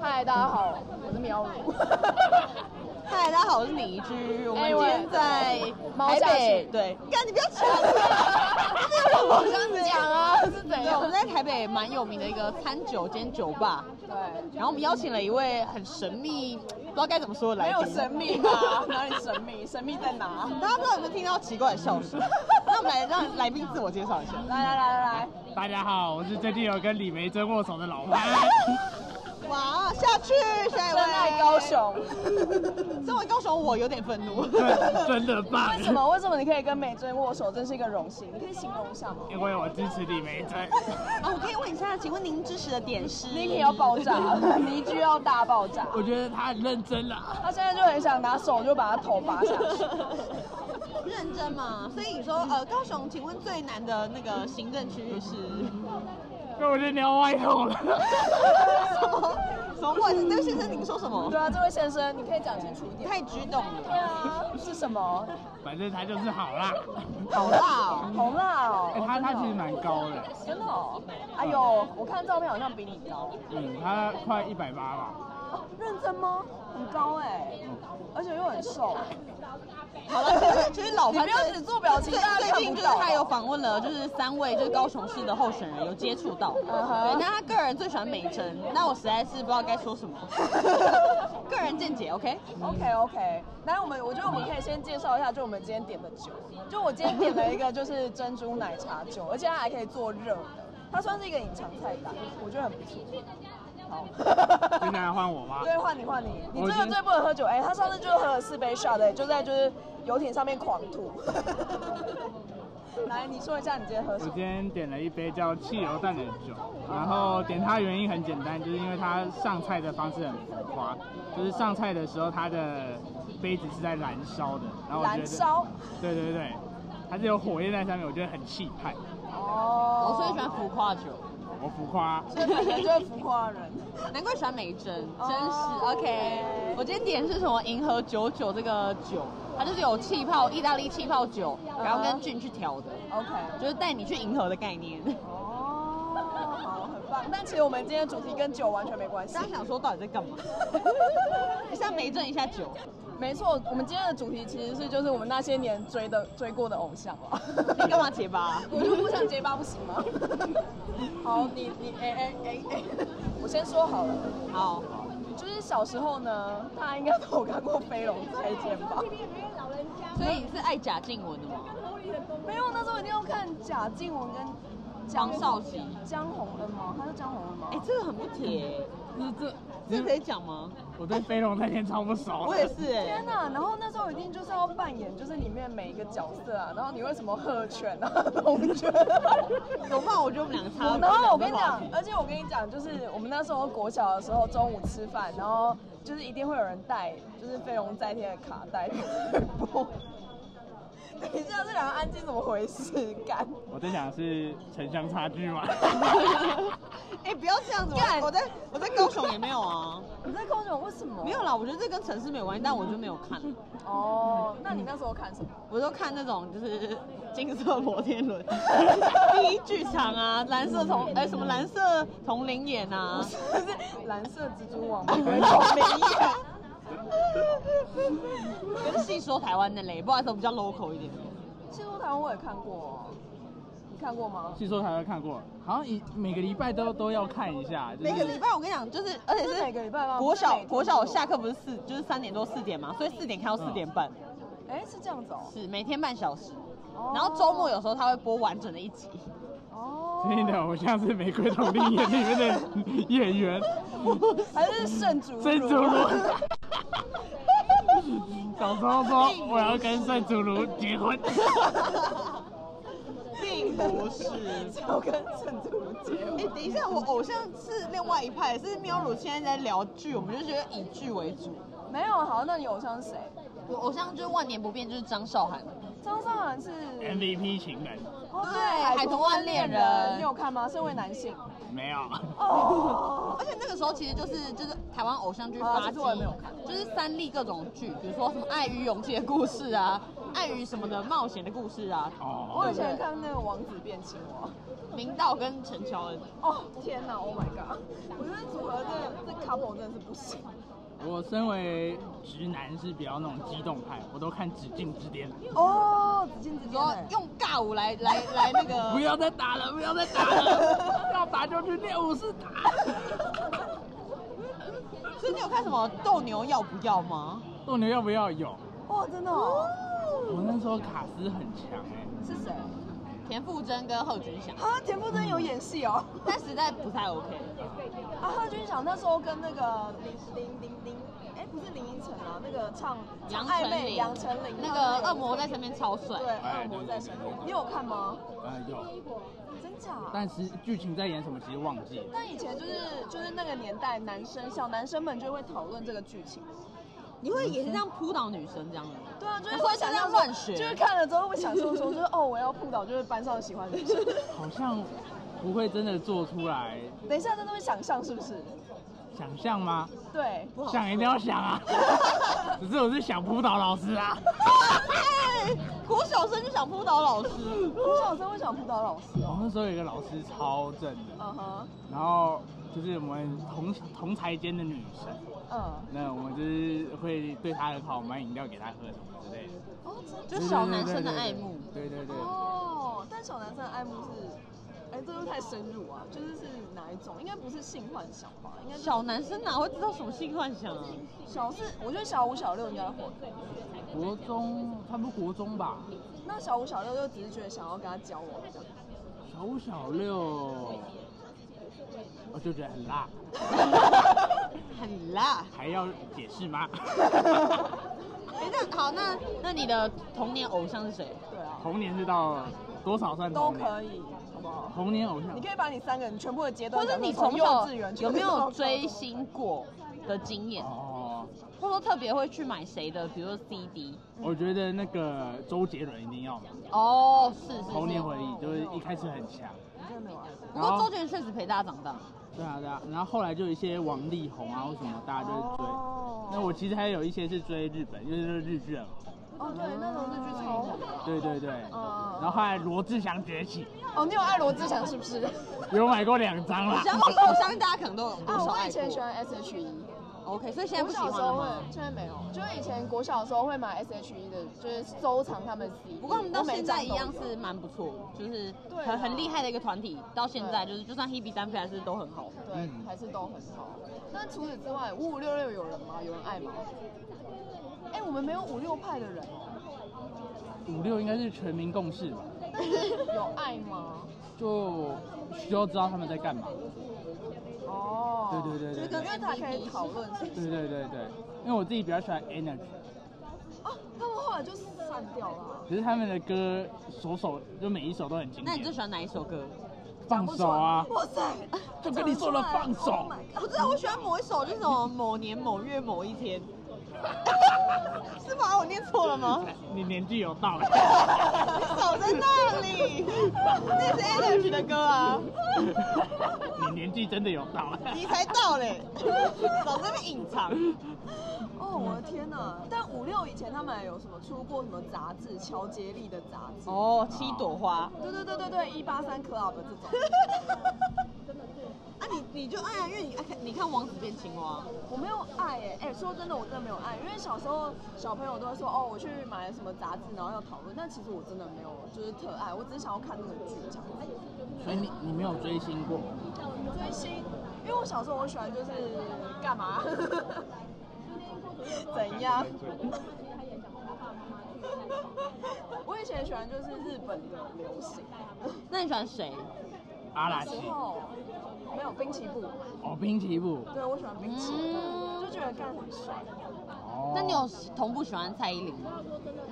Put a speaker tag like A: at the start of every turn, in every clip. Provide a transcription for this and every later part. A: 嗨，大家好，我是苗 五。
B: 嗨，大家好，我是李居，我们
A: 哎
B: 今
A: 我
B: 天在
A: 毛
B: 台
A: 下
B: 北
A: 去，
B: 对，干你不要抢啊，这有什么好
A: 我想讲 啊，是怎
B: 对，我们
A: 样？
B: 在台北蛮有名的一个餐酒兼酒吧，
A: 对，
B: 然后我们邀请了一位很神秘，不知道该怎么说的来
C: 没
B: 宾。
C: 有神秘吧？哪里神秘？神秘在哪？
B: 大家不知道有没有听到奇怪的笑 声？那我们来让来宾自我介绍一下。
C: 来来来来
D: 大家好，我是最近有跟李梅珍握手的老潘。
B: 哇，下去，下一位。
C: 来，真爱高。雄。
B: 身为高雄，我有点愤怒。
D: 对真的棒！
C: 为什么？为什么你可以跟美珍握手，真是一个荣幸？你可以形容一下吗？
D: 因为我支持李梅珍。
B: 啊，我可以问一下，请问您支持的点是？
C: n i k 要爆 炸了， 尼居要大爆炸。
D: 我觉得他很认真啊啦。
C: 他现在就很想拿手就把他头拔下去。
B: 认真嘛？所以你说，呃，高雄，请问最难的那个行政区域是
D: 那我就聊歪头 了。
B: 什么？什么不好意思？这位先生，您说什么
C: 对？啊，这位先生，你可以讲清楚一点。
B: 太激动
C: 对
B: 了，
C: 啊，是什么？
D: 反正他就是好啦。
B: 好辣哦！
C: 好辣哦！
D: 欸、他他其实蛮高的，
C: 真的哦。哎呦，我看照片好像比你高。
D: 嗯，他快一百八吧。
C: 认真吗？很高哎、而且又很瘦。
B: 好了，其实其实老
C: 你
B: 潘
C: 不要
B: 最
C: 只做表情
B: 最
C: 大家看
B: 最近
C: 不
B: 就是
C: 到
B: 他有访问了，就是三位就是高雄市的候选人有接触到。
C: 嗯哼
B: 对，那他个人最喜欢美珍，那我实在是不知道该说 什么。个人见解，OK？
C: OK OK，来我们我觉得我们可以先介绍一下，就我们今天点的酒。就我今天点了一个就是珍珠奶茶酒， 而且它还可以做热的，它算是一个隐藏菜单，我觉得很不错。
D: 现在换我吧。
C: 对，换你换你，你
D: 我已
C: 真的
D: 经
C: 最不能喝酒。哎、他上次就喝了四杯 shot，哎、就在就是游艇上面狂吐。 来，你说一下你今天喝
D: 我
C: 什么
D: 今？天点了一杯叫汽油蛋的酒，然后点它的原因很简单，就是因为它上菜的方式很浮夸，就是上菜的时候它的杯子是在燃烧的，然后我觉得
C: 燃烧。
D: 对对对，它是有火焰在上面，我觉得很气派。
C: 哦
B: 我最喜欢浮夸酒，
D: 我浮夸，
C: 最本来就是浮夸的人。
B: 难怪喜欢美珍，
C: 哦
B: 真是 OK。我今天点的是什么？银河九九这个酒，它就是有气泡意大利气泡酒，然后
C: 嗯
B: 跟
C: 哼
B: 菌去调的，
C: OK。
B: 就是带你去银河的概 念。
C: 哦，好，很棒。但其实我们今天的主题跟酒完全没关 系
B: 大。家想说到底在干 嘛？一下美珍，一下 酒。
C: 没错，我们今天的主题其实是就是我们那些年追的追过的偶像吧。
B: 你干嘛结巴？
C: 我就不想结巴，不行吗？ 好，你你哎哎哎哎，我先说好了，
B: 好，
C: 就是小时候呢，大家应该都有看过《飞龙再见》吧？
B: 所以你是爱贾静雯的吗？
C: 没有，那时候一定要看贾静雯跟江
B: 黄少祺
C: 江宏恩吗？他是江宏恩吗？
B: 哎、这个很不贴，
D: 这这
B: 这可以讲吗？
D: 我对飞龙在天超不熟。
B: 我也是哎、
C: 天呐！然后那时候一定就是要扮演就是里面每一个角色啊，然后你会什么鹤犬啊、龙 犬，
B: 有办法？我觉得我们两个差。
C: 然后我跟你讲，，而且我跟你讲，就是我们那时候国小的时候，中午吃饭，然后就是一定会有人带就是飞龙在天的卡带 播。等一下，这两个安静怎么回事？干
D: 我在想是城乡差 距嘛。
B: 哎、不要这样子，
C: 干
B: 我我在我在高雄也没有啊，
C: 你在高雄为什么？
B: 没有啦，我觉得这跟城市没有关系，但我就没有看，
C: 哦，那你那时候看什 么？
B: 我都看那种就是金色摩天轮， 第一剧场啊，蓝色同哎、什么蓝色同龄眼啊，
C: 就是蓝色蜘蛛 网吗？
B: 可是细说台湾的嘞，不好意思，我比较 local 一点。
C: 《新说台湾》我也看过哦，你看过吗？
D: 据说台湾看过，好像一每个礼拜都都要看一下，就是
B: 每个礼拜我跟你讲，就是而且
C: 是
B: 是
C: 每个礼拜吗
B: 国
C: 不是
B: 小
C: 每天
B: 国小
C: 都有
B: 下课不是四就是三点多四点嘛，所以四点看到四点半，
C: 哎，是这样子哦。
B: 是每天半小时。
C: 哦
B: 然后周末有时候他会播完整的一集，
C: 哦，
D: 真的，我像是玫瑰同林演里面的演员
C: 还是圣主
D: 圣祖儒。 小时候说我要跟圣祖儒结婚，
B: 并不是。
C: 要跟圣主儒结婚
B: 哎、。等一下，我偶像是另外一派，是喵乳现在在聊剧，我们就觉得以剧为主。
C: 没有，好，那你偶像是谁？
B: 我偶像就是万年不变，就是张韶涵。
C: 张韶涵是
D: MVP 情人
C: 哦，
B: 对海豚湾恋人
C: 你有看吗？身为男性，
D: 没有，
C: 哦，
B: 而且那个时候其实就是就是台湾偶像剧
C: 啊
B: 发
C: 这
B: 迹
C: 个我也没有看，
B: 就是三立各种剧，比如说什么《爱与勇气》的故事啊，《爱与什么的冒险的故事啊，
C: 我
D: 哦
C: 以前看那个《王子变青蛙
B: 明道跟陈乔恩。》，
C: 哦，天哪，Oh my god，我觉得组合这这 couple 真的是不行。
D: 我身为直男是比较那种激动派，我都看《指禁之巅》。
C: 哦，紫禁之巅
B: 说
C: 欸，
B: 用尬舞来来来那 个，
D: 不要再打了，不要再打了，要打就去练武士打。
B: 所以你有看什么斗牛要不要吗？
D: 斗牛要不要有？
C: 哦，真的哦，
D: 我那时候卡斯很强哎、
C: 是谁？
B: 啊田馥甄跟贺军翔，
C: 啊，田馥甄有演戏哦。
B: 但实在不太 OK。
C: 啊，贺军翔那时候跟那个林林林林，哎、不是林依晨啊，那个唱
B: 杨
C: 唱暧
B: 丞
C: 昧
B: 琳，
C: 杨丞琳
B: 那个恶魔在身边超帅
C: 对，恶魔在身边，你有看吗？
D: 呃有，
C: 真假？
D: 但是剧情在演什么其实忘记了。
C: 但以前就是就是那个年代，男生小男生们就会讨论这个剧情。
B: 你会也是这样扑倒女生这样吗？
C: 对啊，就是
B: 我
C: 会
B: 想
C: 想象说
B: 要乱学
C: 就是看了之后会想说说，就是哦，我要碰到就是班上喜欢的女生。
D: 好像不会真的做出来，
C: 等一下，这都是想象是不是？
D: 想象吗？
C: 对，不
D: 想一定要想啊！只是我是想扑倒老师啊。
B: 国小生就想扑倒老师，
C: 我小时候会想碰到老师
D: 我
C: 哦。
D: 那时候有一个老师超正的，
C: 嗯哼，
D: 然后就是我们同同台间的女生，
C: 嗯，
D: 那我们就是会对她很好，买饮料给她喝什么之类的。
C: 哦，真的
B: 就小男生的爱慕。
D: 对对对。
C: 哦，但小男生的爱慕是，哎、这又太深入啊，就是是哪一种？应该不是性幻想吧？应该是
B: 小男生哪会知道什么性幻想啊？
C: 小是，我觉得小五小六应该会。
D: 国中，差不多国中吧。
C: 那小五小六就只是觉得想要跟他交往这样。
D: 小五小六，我就觉得很辣，
B: 很 辣。
D: 还要解释吗？
B: 哎，那好，那那你的童年偶像是谁？
C: 对啊，
D: 童年是到多少算
C: 都
D: 童年？
C: 可以，好不好？
D: 童年偶像
C: 你，可以把你三个人全部的阶段
B: 或
C: 讲
B: 者
C: 出来，
B: 你从
C: 幼
B: 小
C: 稚园
B: 有没有 追？星过的经验，
D: 哦，
B: 或者说特别会去买谁的，比如说 CD？
D: 我觉得那个周杰伦一定要嘛，
B: 哦，是是
D: 童年
B: 是。
D: 回忆就是一开始很强，
C: 你真的没有啊？
B: 不
D: 然
B: 过周
D: 后
B: 杰伦确实陪大家长大。
D: 对啊对啊，然后后来就有一些王力宏啊或什么，大家就会追。那我其实还有一些是追日本，就是日剧了。
C: 哦，对，那种日剧超红的。
D: 对对对，
C: 嗯
D: 然后后来罗志祥崛起，
C: 哦，你有爱罗志祥是不是？
D: 有买过两张
B: 我
D: 啦。
B: 相信，我相信大家可能都有多
C: 啊，
B: 少
C: 我
B: 爱
C: 以
B: 过
C: 前。喜欢 E S.H.E。
B: OK，所以现在
C: 我
B: 不喜
C: 小
B: 欢
C: 时候
B: 了
C: 会
B: 吗？，
C: 现在没有，就是以前国小的时候会买 S.H.E 的，就是收藏他们 CD。
B: 不过我们到现在一样
C: 我每
B: 是蛮不错，就是
C: 对啊
B: 很很厉害的一个团体。到现在就是，就算 Hebe 单飞还是都很好。
C: 张都有对，还是都很好。但除此之外，五五六六有人吗？有人爱吗？哎，我们没有五六派的人哦，
D: 五六应该是全民共识吧，
C: 但是有爱吗？
D: 就需要知道他们在干嘛。
C: 哦，
D: 对对对
C: 就是
D: 对
C: 跟
D: 对
C: 乐团可以讨论是不是
D: 对对对对，因为我自己比较喜欢 Energy，
C: 啊，他们后来就散掉了。
D: 只是他们的歌首首就每一首都很经典。
B: 那你最喜欢哪一首歌？
D: 放手啊！
C: 哇塞，
D: 就跟你说了放手
C: Oh my god
B: 我知道我喜欢某一首，就是什 么某年某月某一天， 是吗？我念错了 吗？
D: 你年纪有到了，
B: 你守在那 里，那是 Energy 的歌啊，
D: 你年纪真的有到了。
B: 你才到嘞，老在那边隐藏。
C: 哦，我的天哪！但五六以前他们还有什么出过什么杂志，乔杰利的杂志。
B: 哦，七朵花。
C: 对对对对对，一八三 club 这种，
B: 啊你，你就爱啊，因为你爱看，你看王子变青蛙，
C: 我没有爱耶、哎、说真的，我真的没有爱，因为小时候小朋友都会说，哦，我去买了什么杂志，然后要讨论，但其实我真的没有，就是特爱，我只是想要看那个剧这样子。
D: 所以你你没有追星过？
C: 追星，因为我小时候我喜欢就是干嘛？怎样？我以前喜欢就是日本的流行，
B: 那你喜欢谁？
D: 阿拉
C: 之
D: 奇
C: 后没有滨崎步，
D: 哦，滨崎步
C: 对我喜欢滨崎步，就觉得干很帅。
D: 哦。
B: 那你有同步喜欢蔡依林吗？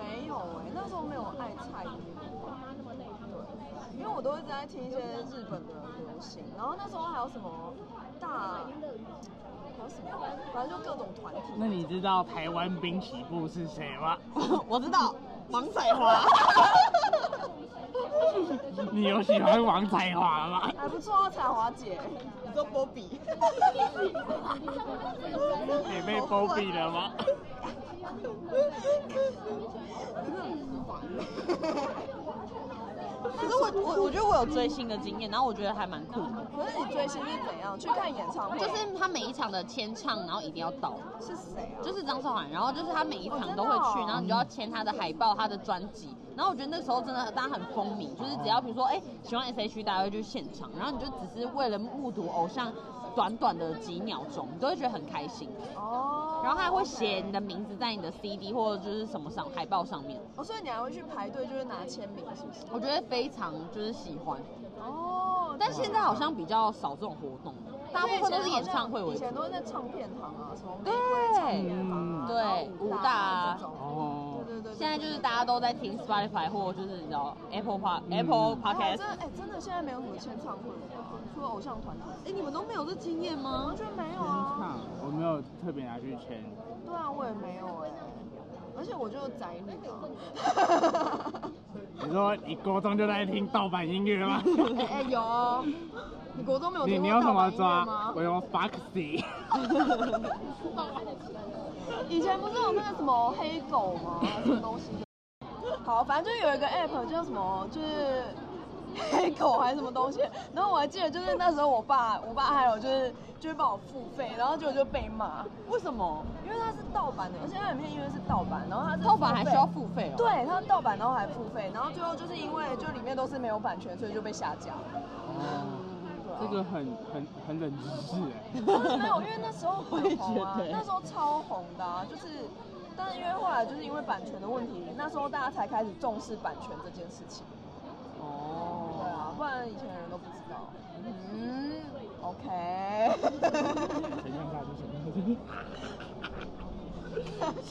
C: 没有哎、那时候没有爱蔡依林，对，因为我都一直在听一些日本的流行，然后那时候还有什么大，还有什么，反正就各种团体。
D: 那你知道台湾滨崎步是谁 吗？
B: 我知道，王彩华。
D: 你有喜欢王彩华 吗？
C: 还不错啊，彩华姐。
B: 你说波 比？
D: 你被封闭了吗？
B: 可是我我我觉得我有追星的经验，然后我觉得还蛮酷的，
C: 可是你追星是怎样？去看演唱会？
B: 就是他每一场的签唱，然后一定要到，
C: 是谁啊？
B: 就是张韶涵，然后就是他每一
C: 哦真
B: 场
C: 的
B: 都
C: 哦
B: 会去，然后你就要签他的海报、他的专辑。然后我觉得那时候真的大家很风靡，就是只要比如说哎、喜欢 S H，E，大家会去现场，然后你就只是为了目睹偶像短短的几秒钟，你都会觉得很开心。
C: 哦，
B: 然后他还会写你的名字在你的 CD 或者就是什么上海报上面，
C: 哦，所以你还会去排队，就是拿签名，是不是？
B: 我觉得非常就是喜欢。
C: 哦，
B: 但现在好像比较少这种活动，大部分都是演唱会为
C: 以
B: 主
C: 前。都是在唱片行啊，什么玫瑰唱片行啊，
D: 对
C: 然后
B: 对
C: 武
B: 武大啊
C: 这种。
D: 哦
C: 对，对对，
B: 现在就是大家都在听 Spotify 或者就是你知道 Apple Pod、
C: 对
B: Apple
C: 对
B: Podcast
C: 真。的哎，真的现在没有什么签唱会了吧，除了偶像团体，啊
B: 哎，你们都没有这经验吗
C: 完？全没有
D: 签
C: 啊。
D: 唱 我没有特别拿去签，
C: 对啊，我也没有哎，而且我就宅女啊。
D: 你说你国中就在听盗版音乐 吗？
C: 哎哎有哦，你国中没有
D: 你
C: 听
D: 你
C: 过
D: 用什
C: 盗
D: 么
C: 版音乐
D: 抓
C: 吗？？
D: 我用 Foxy，
C: 以前不是有那个什么黑狗吗？什么东西的？好，反正就有一个 app 叫什么，就是黑狗还是什么东西。然后我还记得，就是那时候我爸，我爸还有就是就是帮我付费，然后结果就被骂，
B: 为什么？
C: 因为它是盗版的，而且它里面因为是盗版，然后它是
B: 盗版还
C: 付
B: 需
C: 费
B: 要付费哦？，
C: 对，它盗版然后还付费，然后最后就是因为就里面都是没有版权，所以就被下架。
D: 嗯
C: 啊
B: 啊
D: 哦这个 很很很冷知识哎。
C: 没有，因为那时候很红啊
B: 我也觉，得
C: 那时候超红的、啊，就是，但是因为后来就是因为版权的问题，那时候大家才开始重视版权这件事情。对
B: 哦，
C: 啊，不然以前的人都不知道。嗯，OK。
D: 陈建大是什么？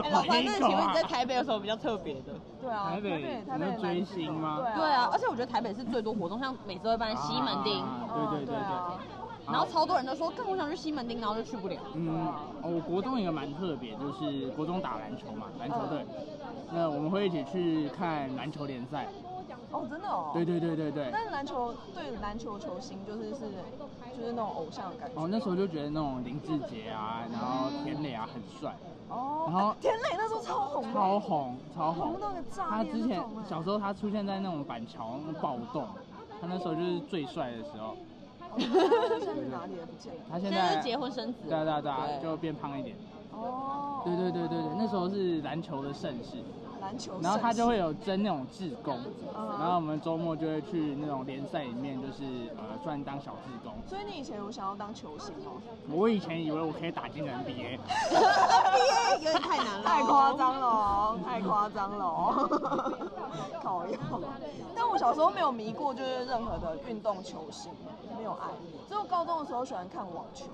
B: 哎，老
D: 黑
B: 潘，那请
D: 狗
B: 问
D: 啊
B: 你在台北有什么比较特别的？
C: 对啊，
D: 台北
C: 北台北
D: 你们
C: 很
D: 追
C: 难去
D: 星
C: 走
D: 吗
C: 对啊，
B: 对啊，而且我觉得台北是最多活动，像每次都会办西门町，
D: 啊对对对
C: 啊
D: 对。
B: 然后超多人都说，干我想去西门町，然后就去不了。
D: 嗯，哦我国中有一个蛮特别，就是国中打篮球嘛，篮球队，
B: 嗯
D: 那我们会一起去看篮球联赛。
C: 哦，真的哦。
D: 对。对对对对。
C: 但是篮球对篮球球星就是是就是那种偶像的感觉。
D: 哦，那时候就觉得那种林志杰啊，然后田磊啊很帅，
C: 哦。
D: 然后
C: 哎田磊那时候超红
B: 嗯
C: 的。
D: 超红超红
C: 红。到个炸
D: 他
C: 裂
D: 之
C: 那
D: 前
C: 种哎
D: 小时候他出现在那种板桥那暴动，他那时候就是最帅的时候。
C: 哦现在去哪里也不见了。
D: 他现
B: 现在
D: 在
B: 是结婚生子
D: 对
B: 了，
D: 啊对啊对啊
B: 对，
D: 就变胖一点。
C: 哦。
D: 对对对对对，那时候是篮球的盛世，
C: 篮球圣手，
D: 然后他就会有争那种志工，
C: 嗯
D: 然后我们周末就会去那种联赛里面，就是呃，算当小志工。
C: 所以你以前有想要当球星吗？
D: 我以前以为我可以打进 NBA，
B: NBA 有点太难了，
C: 太夸。张了哦，太夸张了哦， 讨厌。但我小时候没有迷过，就是任何的运动球星，没有爱。只有高中的时候喜欢看网球，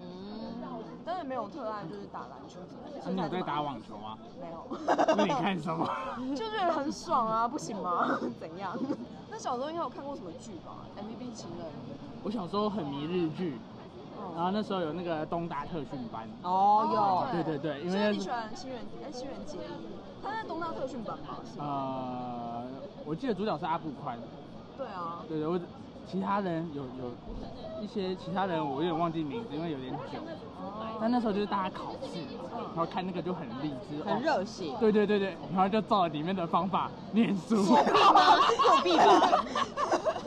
B: 嗯，
C: 但是没有特爱就是打篮球。
D: 他啊没有在打网球吗？
C: 没有，
D: 那你看什么？
C: 就觉得很爽啊，不行吗？ 怎样？那小时候应该有看过什么剧吧？MVP 情人。
D: 我小时候很迷日剧，然
C: 哦
D: 后那时候有那个东大特训班，
C: 嗯
B: 哦
D: 对对对因为
C: 所以
D: 那
C: 你
D: 是
C: 喜欢新垣哎新垣结衣，他在东大特训班吧？是吗？
D: 呃，我记得主角是阿布宽，
C: 对啊，
D: 对对，我其他人有有一些其他人我有点忘记名字，因为有点久。
C: 哦
D: 但那时候就是大家考试，然后看那个就很励志，
B: 有，很
D: 哦
B: 热血。
D: 对对对对，然后就照里面的方法念书，
B: 作弊吗？哦是作弊吧？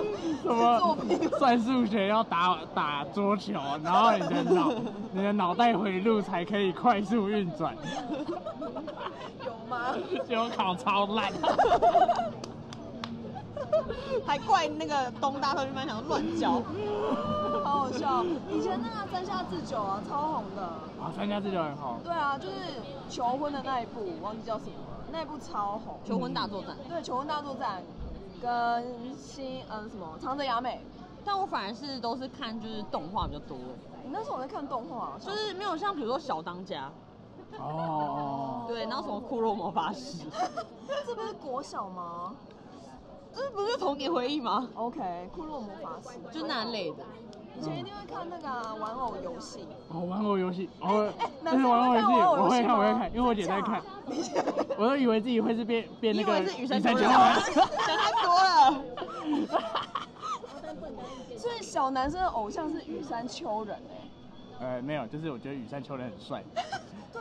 D: 什么算数学要打打桌球，然后你的脑你的脑袋回路才可以快速运转，
C: 有吗？
D: 结果考超烂。
B: 还怪那个东大特训班想乱教。
C: 好好笑。哦以前那个三下智久啊，超红的。
D: 啊，参加这就很好，
C: 对啊，就是求婚的那一部，忘记叫什么了，那一部超红。
B: 求婚大作战。
C: 对，求婚大作战跟新嗯什么长泽雅美。
B: 但我反而是都是看就是动画比较多，
C: 你那时候我在看动画，啊就
B: 就是是没有像比如说小当家，
D: 哦，
B: 对，然后什么骷髅魔法师，
C: 这不是国小吗
B: 这不是童年回忆吗？
C: ？OK，骷髅魔法师
B: 就那类的，
C: 以前一定会看那个啊、玩偶游戏。
D: 哦，玩偶游戏，哦
C: 哎，
D: 但是
C: 男生
D: 玩偶游戏我
C: 会
D: 会
C: 看
D: 看，我
C: 玩偶游戏吗
D: 会看，因为我姐 在看，我都以为自己会是变变
B: 你
D: 那
B: 以
D: 个
B: 为是雨神
D: 雨神
B: 球
D: 球
B: 吗？
D: 吗
B: 想太多了。
C: 所以小男生的偶像是羽山秋人哎、
D: 呃，没有，就是我觉得羽山秋人很帅。
C: 对，啊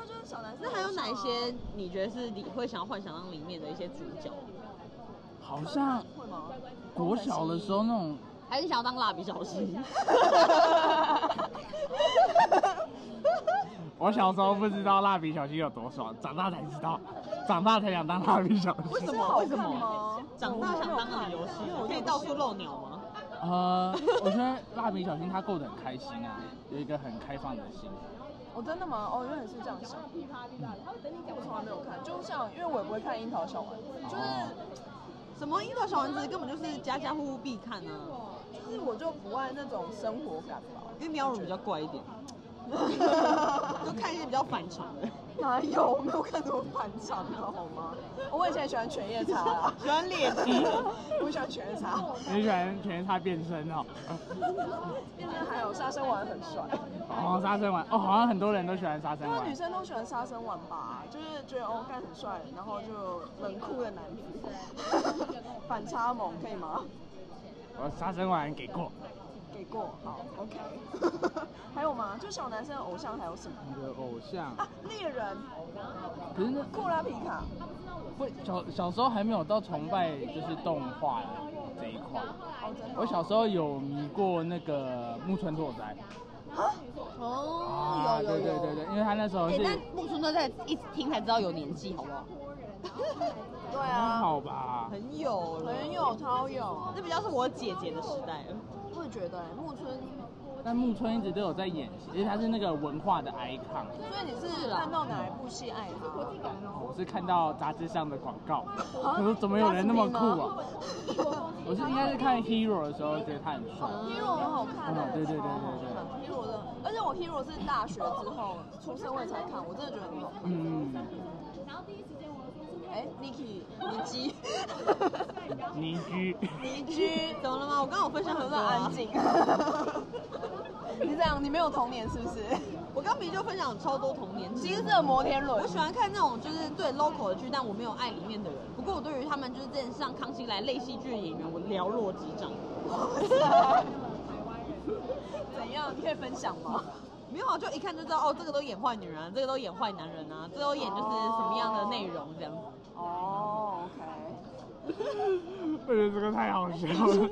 C: 就是小男生。
B: 那还有哪一？些你觉得是你会想要幻想当里面的一些主角？
D: 好像 国小的时候那种，
B: 还是想要当蜡笔小新？
D: 我小时候不知道蜡笔小新有多爽，长大才知道，长大才想当蜡笔小新。
C: 是好看吗？
B: 长大想当很游戏，可以到处露鸟吗？
D: 呃，我觉得蜡笔小新他过得很开心啊，有一个很开放的心。
C: 哦，真的吗？哦，原来你是这样想。我从来没有看，就像因为我也不会看《樱桃小丸子》，就是
D: 哦
B: 什么樱桃小丸子根本就是家家户户必看啊，
C: 就是我就不爱那种生活感吧。
B: 因为喵乳比较怪一 点，就看一些比较反常的，
C: 哪有？我没有看什么反常的好吗？我以前也喜欢犬夜叉啦，
B: 喜欢猎 奇。
C: 我喜欢犬夜叉，
D: 你喜欢全他变身哦？
C: 变身还有杀生丸很帅。
D: 哦，杀生丸哦，好像很多人都喜欢杀生
C: 因为
D: 丸
C: 啊女。生都喜欢杀生丸吧，就是觉得哦干很帅，然后就冷酷的男子，反差萌可以吗？
D: 我杀生丸给过。
C: 给过，好，OK。还有吗？就小男生的偶像还有什么？
D: 你的偶像，
C: 啊，猎人
D: 可是那
C: 库拉皮卡，
D: 会小小时候还没有到崇拜就是动画这一块。
C: 哦真的哦，
D: 我小时候有迷过那个木村拓哉。
C: 啊
B: 哦
D: 啊，对对对对，因为他那时候
B: 哎、
D: 是
B: 但木村拓哉一听才知道有年纪，好不好？
C: 对
D: 很
C: 啊，
D: 好吧？
B: 很有了
C: 很有超有，
B: 这比较是我姐姐的时代了。
C: 我也觉得欸木村，
D: 但木村一直都有在演戏，而且他是那个文化的 icon。
C: 所以你
B: 是
C: 是
B: 啊
C: 看到哪一部戏爱他？
D: 我是看到杂志上的广告，
C: 啊
D: 我说怎么有人那么酷啊？
C: Gatsby 吗
D: 我是应该是看 Hero 的时候觉得他很帅。
C: Hero 很好看的、
D: 嗯对对对对对
C: Hero 的，而且我 Hero 是大学之后出社会才看，我真的觉得很好看。
D: 嗯，
C: 哎、n i k i 尼 基，哦
D: 尼居，
C: 尼 基，
B: 怎么了吗？我刚刚有分享
C: 很
B: 很多、
C: 安 静。你这样，你没有童年是不是？
B: 我刚明明就分享超多童年
C: 金
B: 记忆。
C: 色摩天轮
B: 我，喜欢看那种就是对 local 的剧，但我没有爱里面的人。不过我对于他们就是之前上康熙来类戏剧的演员，我寥落指掌。
C: 怎样？你可以分享吗？
B: 没有啊，就一看就知道哦，这个都演坏女人、啊，这个都演坏男人啊，这个都演就是什么样的内容这样。
C: 哦，OK、o k
D: 我觉得这个太好笑了。